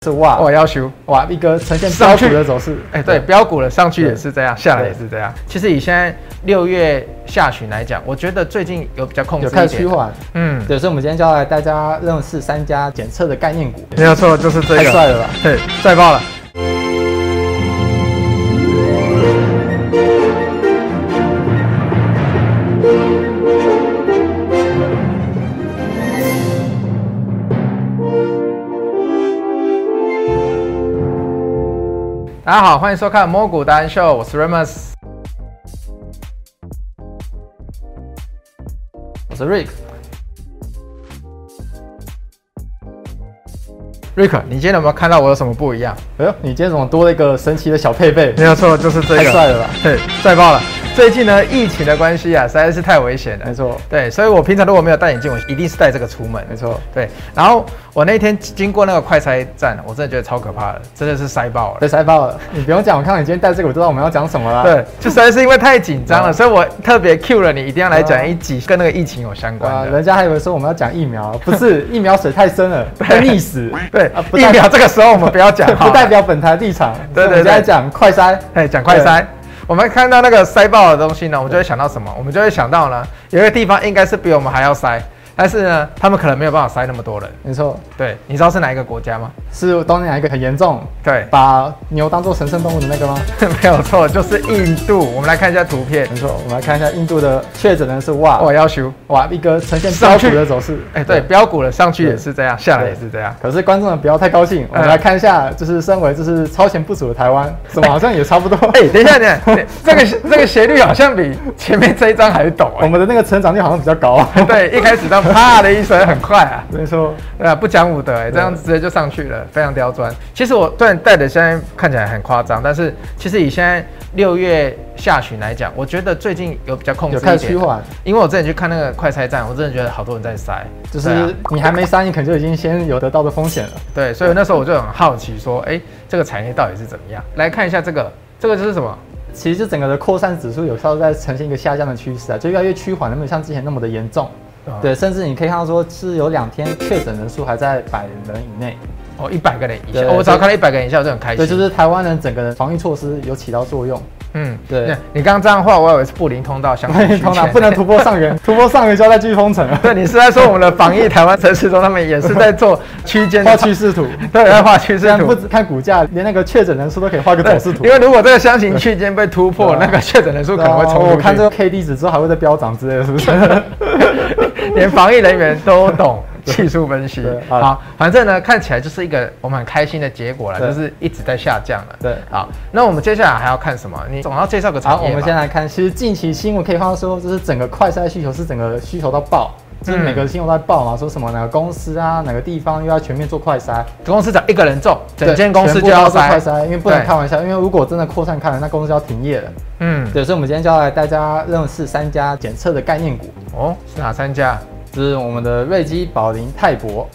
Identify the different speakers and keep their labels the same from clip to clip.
Speaker 1: 这哇
Speaker 2: 我哦要求哇一个呈现
Speaker 1: 上
Speaker 2: 标
Speaker 1: 去
Speaker 2: 股的走势，
Speaker 1: 哦哎，对，标股了上去也是这样，下来
Speaker 2: 对
Speaker 1: 也是这样。其实以现在六月下旬来讲，我觉得最近有比较控制
Speaker 2: 有
Speaker 1: 一
Speaker 2: 开
Speaker 1: 点，
Speaker 2: 始趋缓。
Speaker 1: 嗯，
Speaker 2: 对，所以我们今天教来大家认识三家检测的概念股，
Speaker 1: 没有错，就是这
Speaker 2: 太
Speaker 1: 个，
Speaker 2: 帅了吧！
Speaker 1: 对，帅爆了。大家好，欢迎收看《摸骨达人秀》，我是 Remus。
Speaker 2: 我是 Rick，
Speaker 1: 瑞克，你今天有没有看到我有什么不一样？
Speaker 2: 哎呦，你今天怎么多了一个神奇的小配 备？
Speaker 1: 没有错，就是这
Speaker 2: 太
Speaker 1: 个，
Speaker 2: 帅了吧！
Speaker 1: 对，帅爆了。最近呢，疫情的关系啊，实在是太危险了
Speaker 2: 没。错，
Speaker 1: 对，所以我平常如果没有戴眼镜，我一定是戴这个出门。
Speaker 2: 没错，
Speaker 1: 对，然后我那天经过那个快拆站，我真的觉得超可怕的，真的是塞爆了。
Speaker 2: 被塞爆了！你不用讲，我看到你今天带这个，我知道我们要讲什么了。，
Speaker 1: 对，就实在是因为太紧张了，
Speaker 2: 啊
Speaker 1: 所以我特别 Q 了你，一定要来
Speaker 2: 啊
Speaker 1: 讲一集跟那个疫情有相
Speaker 2: 啊，
Speaker 1: 关的。
Speaker 2: 人家还以为说我们要讲疫苗，不是疫苗水太深了，会溺死。
Speaker 1: 对
Speaker 2: 啊，不
Speaker 1: 疫
Speaker 2: 代
Speaker 1: 苗这个时候我们不要讲好
Speaker 2: 不
Speaker 1: 了，
Speaker 2: 代表本台立场。
Speaker 1: 对
Speaker 2: 所以
Speaker 1: 对对
Speaker 2: 我们今天讲快筛，
Speaker 1: 哎，讲快塞。我们看到那个塞爆的东西呢，我就会想到什么？我们就会想到呢，有一个地方应该是比我们还要塞，但是呢，他们可能没有办法塞那么多人。
Speaker 2: 没错，
Speaker 1: 对，你知道是哪一个国家吗？
Speaker 2: 是东南亚一个很严重，
Speaker 1: 对，
Speaker 2: 把牛当做神圣动物的那个吗？
Speaker 1: 没有错，就是印度。我们来看一下图 片
Speaker 2: 没。错，我们来看一下印度的确诊人数，哇
Speaker 1: 我哦要求，
Speaker 2: 哇，一个呈现标
Speaker 1: 上去
Speaker 2: 普的走势。
Speaker 1: 哎，对，标股了上去也是这样，下来也是这样。
Speaker 2: 可是观众们不要太高兴，我们
Speaker 1: 嗯
Speaker 2: 来看一下，就是身为就是超前部署的台湾，怎么好像也差不多。
Speaker 1: 哎，等一下，等一下，这个这个斜率好像比前面这一张还陡
Speaker 2: 我
Speaker 1: 哎。
Speaker 2: 们的那个成长率好像比较高。
Speaker 1: 对，一开始这样啪的一声，很快啊。
Speaker 2: 没错，
Speaker 1: 对啊，不讲武德哎、这样直接就上去了，非常刁钻。其实我虽然戴的现在看起来很夸张，但是其实以现在六月下旬来讲，我觉得最近有比较控制
Speaker 2: 有
Speaker 1: 一
Speaker 2: 开
Speaker 1: 点。
Speaker 2: 始趋缓，
Speaker 1: 因为我之前去看那个快拆站，我真的觉得好多人在塞，
Speaker 2: 就
Speaker 1: 对啊
Speaker 2: 是你还没三，你可能就已经先有得到的风险了。
Speaker 1: 对，所以那时候我就很好奇说，哎、这个产业到底是怎么样？来看一下这个，这个就是什么？
Speaker 2: 其实就整个的扩散指数有稍微在呈现一个下降的趋势啊，就越来越趋缓，没有像之前那么的严重。
Speaker 1: 啊
Speaker 2: 对，甚至你可以看到说是有两天确诊人数还在百人以内。
Speaker 1: 哦，一百个人以下，
Speaker 2: 对
Speaker 1: 哦我只要看到一百个人以下，我就很开心。
Speaker 2: 对，就是台湾人整个的防疫措施有起到作用。
Speaker 1: 嗯，
Speaker 2: 对
Speaker 1: 那你刚刚这样的话，我以为是布林通道相互
Speaker 2: 通常不能突破上 缘，突破上缘就要再继续封城了，
Speaker 1: 哦对，你是在说我们的防疫台湾城市中，他们也是在做区间
Speaker 2: 画
Speaker 1: 的
Speaker 2: 趋势图。
Speaker 1: 对，在画
Speaker 2: 虽
Speaker 1: 趋势
Speaker 2: 然不
Speaker 1: 图。
Speaker 2: 只看股价，连那个确诊人数都可以画个走
Speaker 1: 对
Speaker 2: 势图
Speaker 1: 因。为如果这个箱型区间被突破，
Speaker 2: 对啊
Speaker 1: 那个确诊人数可能会冲
Speaker 2: 对
Speaker 1: 出
Speaker 2: 啊
Speaker 1: 去。
Speaker 2: 我看这个 K D 值之后还会再飙涨之类的，是不 是？
Speaker 1: 连防疫人员都懂技术分 析
Speaker 2: 对。好
Speaker 1: 好，反正呢，看起来就是一个我们很开心的结果了，
Speaker 2: 对
Speaker 1: 就是一直在下降了。
Speaker 2: 对
Speaker 1: 好，那我们接下来还要看什么？你总要介绍个产业
Speaker 2: 好，
Speaker 1: 吧。
Speaker 2: 我们先来看，其实近期新闻可以看到说，就是整个快筛需求是整个需求到爆，就是每个新闻都在爆嘛，说什么哪个公司啊，哪个地方又要全面做快筛，
Speaker 1: 公司只要一个人中，整间公司
Speaker 2: 对
Speaker 1: 就
Speaker 2: 全部
Speaker 1: 要
Speaker 2: 都做快
Speaker 1: 塞。
Speaker 2: 筛，因为不能
Speaker 1: 对
Speaker 2: 开玩笑，因为如果真的扩散开来，那公司就要停业了。
Speaker 1: 嗯，
Speaker 2: 对，所以我们今天就要来带大家认识三家检测的概念股，
Speaker 1: 哦，是哪三家？
Speaker 2: 就是我们的瑞基、宝林、泰博。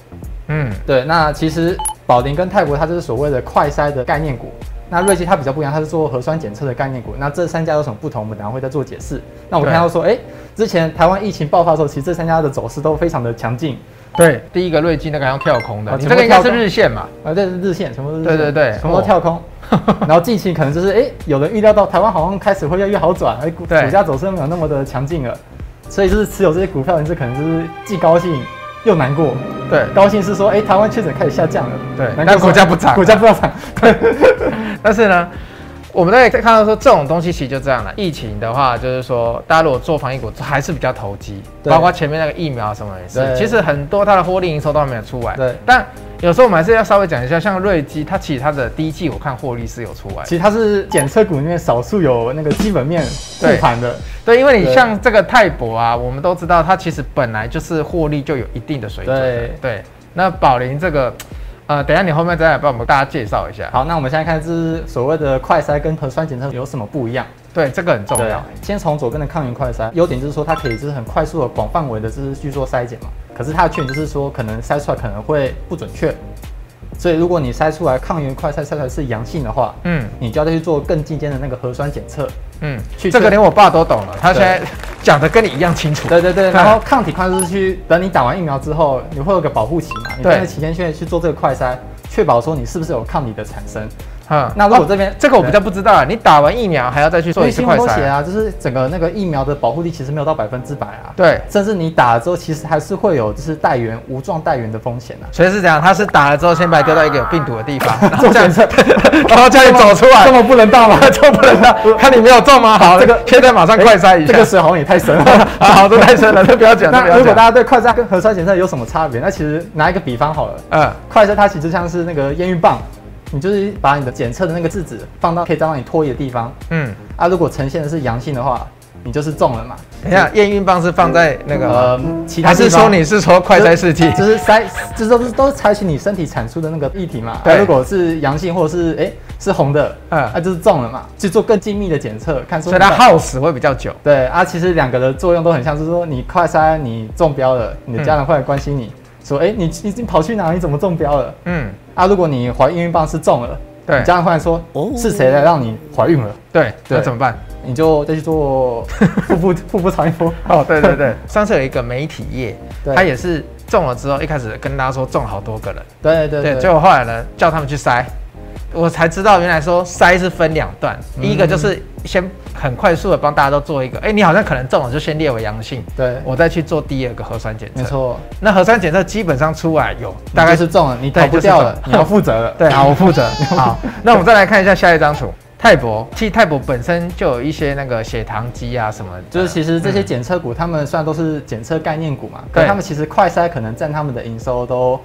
Speaker 1: 嗯，
Speaker 2: 对，那其实宝林跟泰国它就是所谓的快筛的概念股。那瑞基它比较不一样，它是做核酸检测的概念股。那这三家有什么不同？我们等一下会再做解释。那我们看到说，哎、之前台湾疫情爆发的时候，其实这三家的走势都非常的强劲，
Speaker 1: 对，第一个瑞基那个要跳空的，
Speaker 2: 啊
Speaker 1: 你
Speaker 2: 全
Speaker 1: 这
Speaker 2: 部
Speaker 1: 个应该是
Speaker 2: 跳空
Speaker 1: 日线嘛？
Speaker 2: 啊，这是日线，全部都是日
Speaker 1: 对
Speaker 2: 线
Speaker 1: 对对哦
Speaker 2: 全部都跳 空。然后近期可能就是，哎、有人预料到台湾好像开始会越来越好转，哎、股
Speaker 1: 对
Speaker 2: 股价走势没有那么的强劲了，所以就是持有这些股票的人士可能就是既高兴又难过。
Speaker 1: 对，
Speaker 2: 高兴是说，哎、台湾确诊开始下降了，
Speaker 1: 对
Speaker 2: 难过
Speaker 1: 但
Speaker 2: 说
Speaker 1: 股价不涨
Speaker 2: 股价不涨，对。
Speaker 1: 但是呢，我们在看到说这种东西其实就这样了。疫情的话，就是说大家如果做防疫股，还是比较投机，
Speaker 2: 对
Speaker 1: 包括前面那个疫苗什么也是。
Speaker 2: 对
Speaker 1: 其实很多它的获利营收都还没有出来。
Speaker 2: 对
Speaker 1: 但有时候我们还是要稍微讲一下，像瑞基，它其实它的第一季我看获利是有出来的。
Speaker 2: 其实它是检测股里面少数有那个基本面护
Speaker 1: 对
Speaker 2: 盘的，
Speaker 1: 对，因为你
Speaker 2: 对
Speaker 1: 像这个泰博啊，我们都知道它其实本来就是获利就有一定的水准的。
Speaker 2: 对
Speaker 1: 对，那宝林这个，呃，等一下你后面再来帮我们大家介绍一下。
Speaker 2: 好，那我们现在看是所谓的快筛跟核酸检测有什么不一样？
Speaker 1: 对，这个很重
Speaker 2: 对啊
Speaker 1: 要。，
Speaker 2: 先从左边的抗原快筛，优点就是说它可以就是很快速的广范围的就是去做筛检嘛，可是它的缺点就是说可能筛出来可能会不准确，所以如果你筛出来抗原快筛筛出来是阳性的话，
Speaker 1: 嗯
Speaker 2: 你就要再去做更进阶的那个核酸检测。
Speaker 1: 嗯，
Speaker 2: 去
Speaker 1: 这个
Speaker 2: 测
Speaker 1: 连我爸都懂了，他现
Speaker 2: 对
Speaker 1: 在讲的跟你一样清楚。
Speaker 2: 对对对，然后抗体快就是去等你打完疫苗之后，你会有个保护期嘛，你在
Speaker 1: 对
Speaker 2: 那期间去去做这个快筛，确确保说你是不是有抗体的产生。
Speaker 1: 嗯，
Speaker 2: 那如果
Speaker 1: 哦
Speaker 2: 这边
Speaker 1: 这个我
Speaker 2: 对
Speaker 1: 比较不知道啊，你打完疫苗还要再去
Speaker 2: 因
Speaker 1: 做
Speaker 2: 为
Speaker 1: 一次
Speaker 2: 新
Speaker 1: 快
Speaker 2: 闻都写
Speaker 1: 筛，
Speaker 2: 啊，就是整个那个疫苗的保护力其实没有到百分之百啊。
Speaker 1: 对，
Speaker 2: 甚至你打了之后，其实还是会有就是带源无状带源的风险啊。
Speaker 1: 所以是这样，他是打了之后先把你丢到一个有病毒的 地方，然后
Speaker 2: 做
Speaker 1: 叫
Speaker 2: 检
Speaker 1: 你
Speaker 2: 测，
Speaker 1: 然后叫你走出来
Speaker 2: 这，么不人道吗？
Speaker 1: 中不能的，看你没有中吗？好，这个现在马上快筛一下。
Speaker 2: 这个水好像也太深了。
Speaker 1: 啊， 好，这太深了，这不要讲，这不
Speaker 2: 那
Speaker 1: 要
Speaker 2: 如果大
Speaker 1: 讲。
Speaker 2: 家对快筛跟核酸检测有什么差别？那其实拿一个比方好了，
Speaker 1: 嗯，
Speaker 2: 快筛它其实就像是那个验孕棒，你就是把你的检测的那个质子放到可以再让你唾液的地方
Speaker 1: 嗯，
Speaker 2: 啊，如果呈现的是阳性的话，你就是中了嘛。
Speaker 1: 等一下，验孕棒是放在那个吗，
Speaker 2: 呃，其他
Speaker 1: 还
Speaker 2: 地
Speaker 1: 是
Speaker 2: 方
Speaker 1: 说你是说快筛试剂？
Speaker 2: 就是筛，这都是都是采取你身体产出的那个液体嘛。
Speaker 1: 对
Speaker 2: 啊如果是阳性或者是哎、是红的，
Speaker 1: 嗯
Speaker 2: 啊就是中了嘛，去做更精密的检测，看出
Speaker 1: 所以它耗时会比较久。
Speaker 2: 对啊，其实两个的作用都很像，就是说你快筛你中标了，你的家
Speaker 1: 嗯
Speaker 2: 人会来关心你，说哎、你你你跑去哪？你怎么中标了？
Speaker 1: 嗯，
Speaker 2: 啊，如果你怀孕棒是中了，
Speaker 1: 对
Speaker 2: 你家人会来说是谁来让你怀孕了？
Speaker 1: 对，
Speaker 2: 对
Speaker 1: 那怎么办？
Speaker 2: 你就再去 做腹部腹部超音波。
Speaker 1: 哦，对对对， 上次有一个媒体业，
Speaker 2: 对
Speaker 1: 他也是中了之后，一开始跟大家说中好多个人，
Speaker 2: 对对
Speaker 1: 对，
Speaker 2: 对，
Speaker 1: 结果后来呢，叫他们去筛，我才知道原来说筛是分两段，
Speaker 2: 嗯
Speaker 1: 第一个就是先很快速的帮大家都做一个，哎，你好像可能中了，就先列为阳性，
Speaker 2: 对，
Speaker 1: 我再去做第二个核酸检
Speaker 2: 没
Speaker 1: 测。
Speaker 2: 错，
Speaker 1: 那核酸检测基本上出来有大
Speaker 2: 大
Speaker 1: 概
Speaker 2: 概
Speaker 1: 是
Speaker 2: 是中了，你
Speaker 1: 对
Speaker 2: 逃不
Speaker 1: 就是
Speaker 2: 掉
Speaker 1: 中
Speaker 2: 了，你要负责了。
Speaker 1: 对，好，我负责。 好，那我们再来看一下下一张图。泰博，其实泰博本身就有一些那个血糖机啊什么的，
Speaker 2: 就是其实这些检测股，他们虽然都是检测概念股嘛，
Speaker 1: 对
Speaker 2: 可他们其实快筛可能占他们的营收都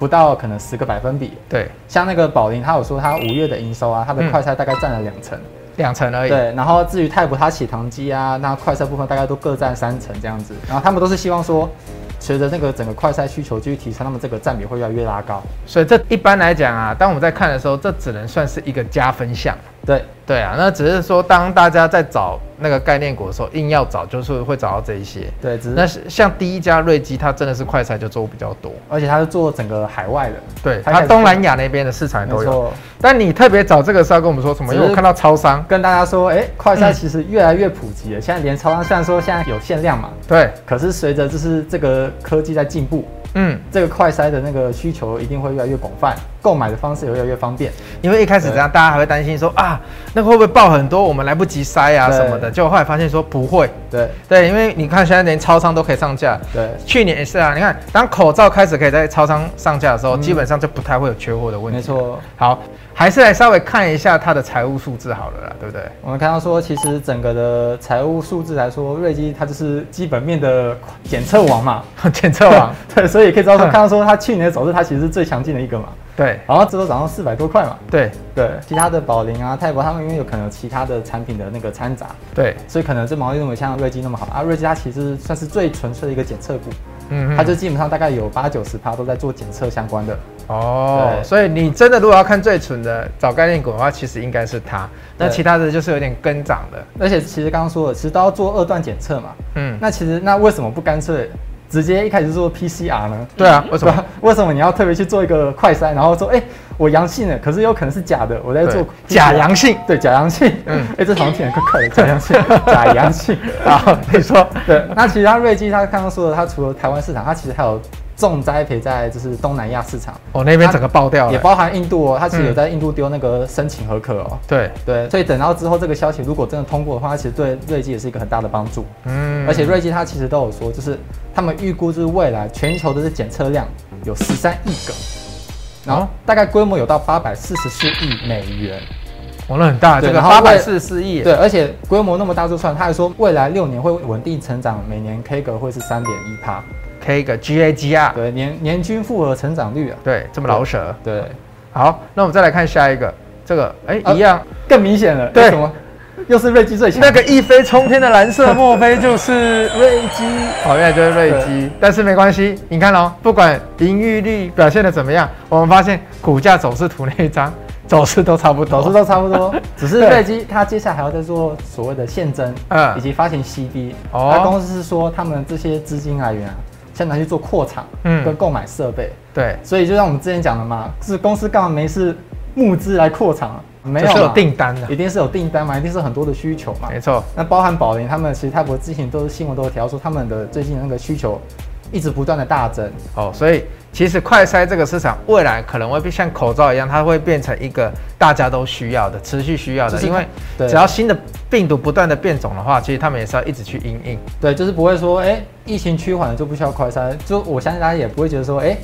Speaker 2: 不到可能十个百分比。
Speaker 1: 对
Speaker 2: 像那个宝林，他有说他五月的营收啊，他的
Speaker 1: 嗯
Speaker 2: 快筛大概占了两成。
Speaker 1: 两层而已。
Speaker 2: 对，然后至于泰普它血糖机啊，那快筛部分大概都各占三成这样子。然后他们都是希望说，随着那个整个快筛需求继续提升，他们这个占比会越来越拉高。
Speaker 1: 所以这一般来讲啊，当我们在看的时候，这只能算是一个加分项。
Speaker 2: 对，
Speaker 1: 对啊，那只是说当大家在找那个概念股的时候，硬要找就是会找到这一些。
Speaker 2: 对，只
Speaker 1: 那
Speaker 2: 是
Speaker 1: 是像第一家瑞基，它真的是快餐就做比较多，
Speaker 2: 而且它是做整个海外的，
Speaker 1: 对，
Speaker 2: 它
Speaker 1: 它
Speaker 2: 开始
Speaker 1: 东南亚那边的市场
Speaker 2: 没
Speaker 1: 都有。
Speaker 2: 错。
Speaker 1: 但你特别找这个是要跟我们说什么？
Speaker 2: 只是
Speaker 1: 因为我看到超商，
Speaker 2: 跟大家说，哎、快
Speaker 1: 嗯
Speaker 2: 筛其实越来越普及了。现在连超商虽然说现在有限量嘛，
Speaker 1: 对，
Speaker 2: 可是随着就是这个科技在进步，
Speaker 1: 嗯，
Speaker 2: 这个快筛的那个需求一定会越来越广泛，购买的方式也越来越方便。
Speaker 1: 因为一开始这样，大家还会担心说啊，那个会不会爆很多，我们来不及筛啊
Speaker 2: 对
Speaker 1: 什么的。结果后来发现说不会，
Speaker 2: 对
Speaker 1: 对，因为你看现在连超商都可以上架。
Speaker 2: 对
Speaker 1: 去年也是啊，你看当口罩开始可以在超商上架的时候，基本上就不太会有缺货的问
Speaker 2: 嗯
Speaker 1: 题。
Speaker 2: 没错。
Speaker 1: 好，还是来稍微看一下它的财务数字好了啦，对不对？
Speaker 2: 我们看到说，其实整个的财务数字来说，瑞基它就是基本面的检测王 嘛，
Speaker 1: 检测网，
Speaker 2: 对，所以也可以知道说，
Speaker 1: 嗯
Speaker 2: 看到说它去年的走势，它其实是最强劲的一个 嘛，
Speaker 1: 对
Speaker 2: 然后这周涨到四百多块嘛，
Speaker 1: 对
Speaker 2: 对，其他的宝林啊、泰博他们因为有可能有其他的产品的那个掺杂，
Speaker 1: 对，
Speaker 2: 所以可能这毛利润没有像瑞基那么好啊。瑞基它其实算是最纯粹的一个检测股，
Speaker 1: 嗯
Speaker 2: 它就基本上大概有八九十趴都在做检测相关的。
Speaker 1: 哦，
Speaker 2: 对
Speaker 1: 所以你真的如果要看最蠢的找概念股的话，其实应该是它，那
Speaker 2: 对
Speaker 1: 其他的就是有点跟涨的，
Speaker 2: 而且其实刚刚说了，其实都要做二段检测嘛。
Speaker 1: 嗯，
Speaker 2: 那其实那为什么不干脆直接一开始做 PCR 呢？
Speaker 1: 对啊，为什么？
Speaker 2: 对吧？ 为什么你要特别去做一个快筛，然后说，哎、我阳性了，可是有可能是假的，我在做
Speaker 1: 对假阳性？
Speaker 2: 对，假阳性。
Speaker 1: 嗯
Speaker 2: 嗯， 哎、这好像听得怪怪的，假阳 性，假阳性。
Speaker 1: 好，你说，
Speaker 2: 啊对，那其实它瑞基，它刚刚说的，它除了台湾市场，它其实还有重栽培在就是东南亚市场，
Speaker 1: 我、哦那边整个爆掉
Speaker 2: 也
Speaker 1: 了，
Speaker 2: 包含印度哦，它其实有在印度丢那个申请合可哦。
Speaker 1: 对，
Speaker 2: 对，所以等到之后这个消息如果真的通过的话，它其实对瑞基也是一个很大的帮助。
Speaker 1: 嗯
Speaker 2: 而且瑞基它其实都有说，就是他们预估就是未来全球的这检测量有十三亿个，然后大概规模有到八百四十四亿美元。
Speaker 1: 网络很大，
Speaker 2: 对
Speaker 1: 这个
Speaker 2: 然后
Speaker 1: 八百
Speaker 2: 为
Speaker 1: 四十四亿，
Speaker 2: 对，而且规模那么大就算，他还说未来六年会稳定成长，每年 K 个会是三点一趴，
Speaker 1: ，K 个 GAGR，
Speaker 2: 对，年年均复合成长率啊，
Speaker 1: 对，这么老舍。
Speaker 2: 对，
Speaker 1: 好，那我们再来看下一个，这个哎、
Speaker 2: 呃
Speaker 1: 一样，
Speaker 2: 更明显了，
Speaker 1: 对
Speaker 2: 为什么？又是瑞基最强，
Speaker 1: 那个一飞冲天的蓝 色，莫非就是瑞基？哦，原来就是瑞基，但是没关系，你看哦，不管盈余率表现的怎么样，我们发现股价走势图那一张走势都差不多，
Speaker 2: 走势都差不多，只是
Speaker 1: 对
Speaker 2: 瑞基它接下来还要再做所谓的现增，
Speaker 1: 嗯
Speaker 2: 以及发行 CD。
Speaker 1: 哦
Speaker 2: 它公司是说他们这些资金来源啊，先拿去做扩厂，
Speaker 1: 嗯
Speaker 2: 跟购买设备。
Speaker 1: 对，
Speaker 2: 所以就像我们之前讲的嘛，是公司干嘛没事募资来扩厂啊？没有
Speaker 1: 这
Speaker 2: 嘛
Speaker 1: 是有订单的
Speaker 2: 一，定是有订单嘛，一定是很多的需求嘛。
Speaker 1: 没错，
Speaker 2: 那包含宝林他们，其实泰国之前都是新闻都有提到说他们的最近的那个需求一直不断的大增。
Speaker 1: 哦，所以其实快筛这个市场未来可能会变像口罩一样，它会变成一个大家都需要的、持续需要的，
Speaker 2: 就是
Speaker 1: 因为
Speaker 2: 对
Speaker 1: 只要新的病毒不断的变种的话，其实他们也是要一直去因应。
Speaker 2: 对，就是不会说，哎、疫情趋缓了就不需要快筛，就我相信大家也不会觉得说，哎、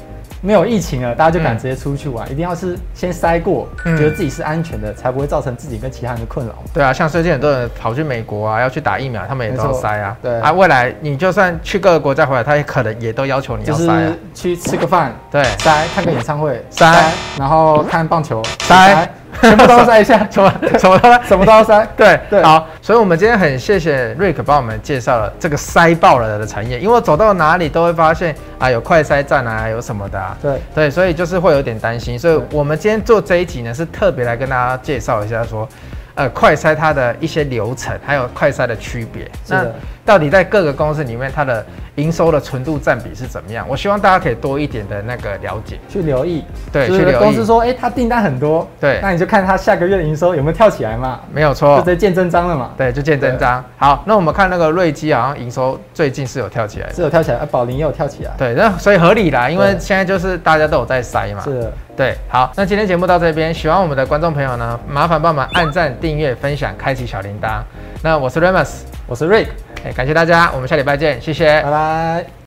Speaker 2: 没有疫情了，大家就敢
Speaker 1: 嗯
Speaker 2: 直接出去玩，一定要是先筛过，
Speaker 1: 嗯
Speaker 2: 觉得自己是安全的，才不会造成自己跟其他人的困扰嘛。
Speaker 1: 对啊，像最近很多人跑去美国啊，要去打疫苗，他们也都要筛啊。
Speaker 2: 没错对
Speaker 1: 啊，未来你就算去各个国家回来，他也可能也都要求你
Speaker 2: 就
Speaker 1: 要
Speaker 2: 是
Speaker 1: 筛啊。
Speaker 2: 去吃个饭，
Speaker 1: 对，
Speaker 2: 筛看个演唱会，
Speaker 1: 筛
Speaker 2: 然后看棒球，
Speaker 1: 筛，
Speaker 2: 全部都要筛一下
Speaker 1: 什么什么都要
Speaker 2: 什么都要筛。
Speaker 1: 对
Speaker 2: 对
Speaker 1: 好，所以我们今天很谢谢瑞克帮我们介绍了这个塞爆了的产业，因为我走到哪里都会发现啊，有快塞站啊，有什么的啊。
Speaker 2: 对，
Speaker 1: 对，所以就是会有点担心，所以
Speaker 2: 对
Speaker 1: 我们今天做这一集呢，是特别来跟大家介绍一下说，呃，快筛它的一些流程，还有快筛的区别。
Speaker 2: 是
Speaker 1: 那
Speaker 2: 的
Speaker 1: 到底在各个公司里面，它的营收的纯度占比是怎么样？我希望大家可以多一点的那个了解。
Speaker 2: 去留意，
Speaker 1: 对
Speaker 2: 就
Speaker 1: 去留
Speaker 2: 是
Speaker 1: 意
Speaker 2: 公司说，哎、他订单很多，
Speaker 1: 对哦
Speaker 2: 那你就看他下个月的营收有没有跳起来嘛，
Speaker 1: 没有
Speaker 2: 就
Speaker 1: 错
Speaker 2: 直，接见真章了嘛。
Speaker 1: 对，就见真章。好，那我们看那个瑞基好像营收最近是有跳起来的。
Speaker 2: 是有跳起来，啊，宝林也有跳起来，
Speaker 1: 对，那所以合理啦，因为
Speaker 2: 对
Speaker 1: 现在就是大家都有在塞嘛。
Speaker 2: 是的，
Speaker 1: 对，好，那今天节目到这边，喜欢我们的观众朋友呢，麻烦帮忙按赞、订阅、分享、开启小铃铛。那我是 Remus，
Speaker 2: 我是 Rick，
Speaker 1: 哎，感谢大家，我们下礼拜见，谢谢，
Speaker 2: 拜拜。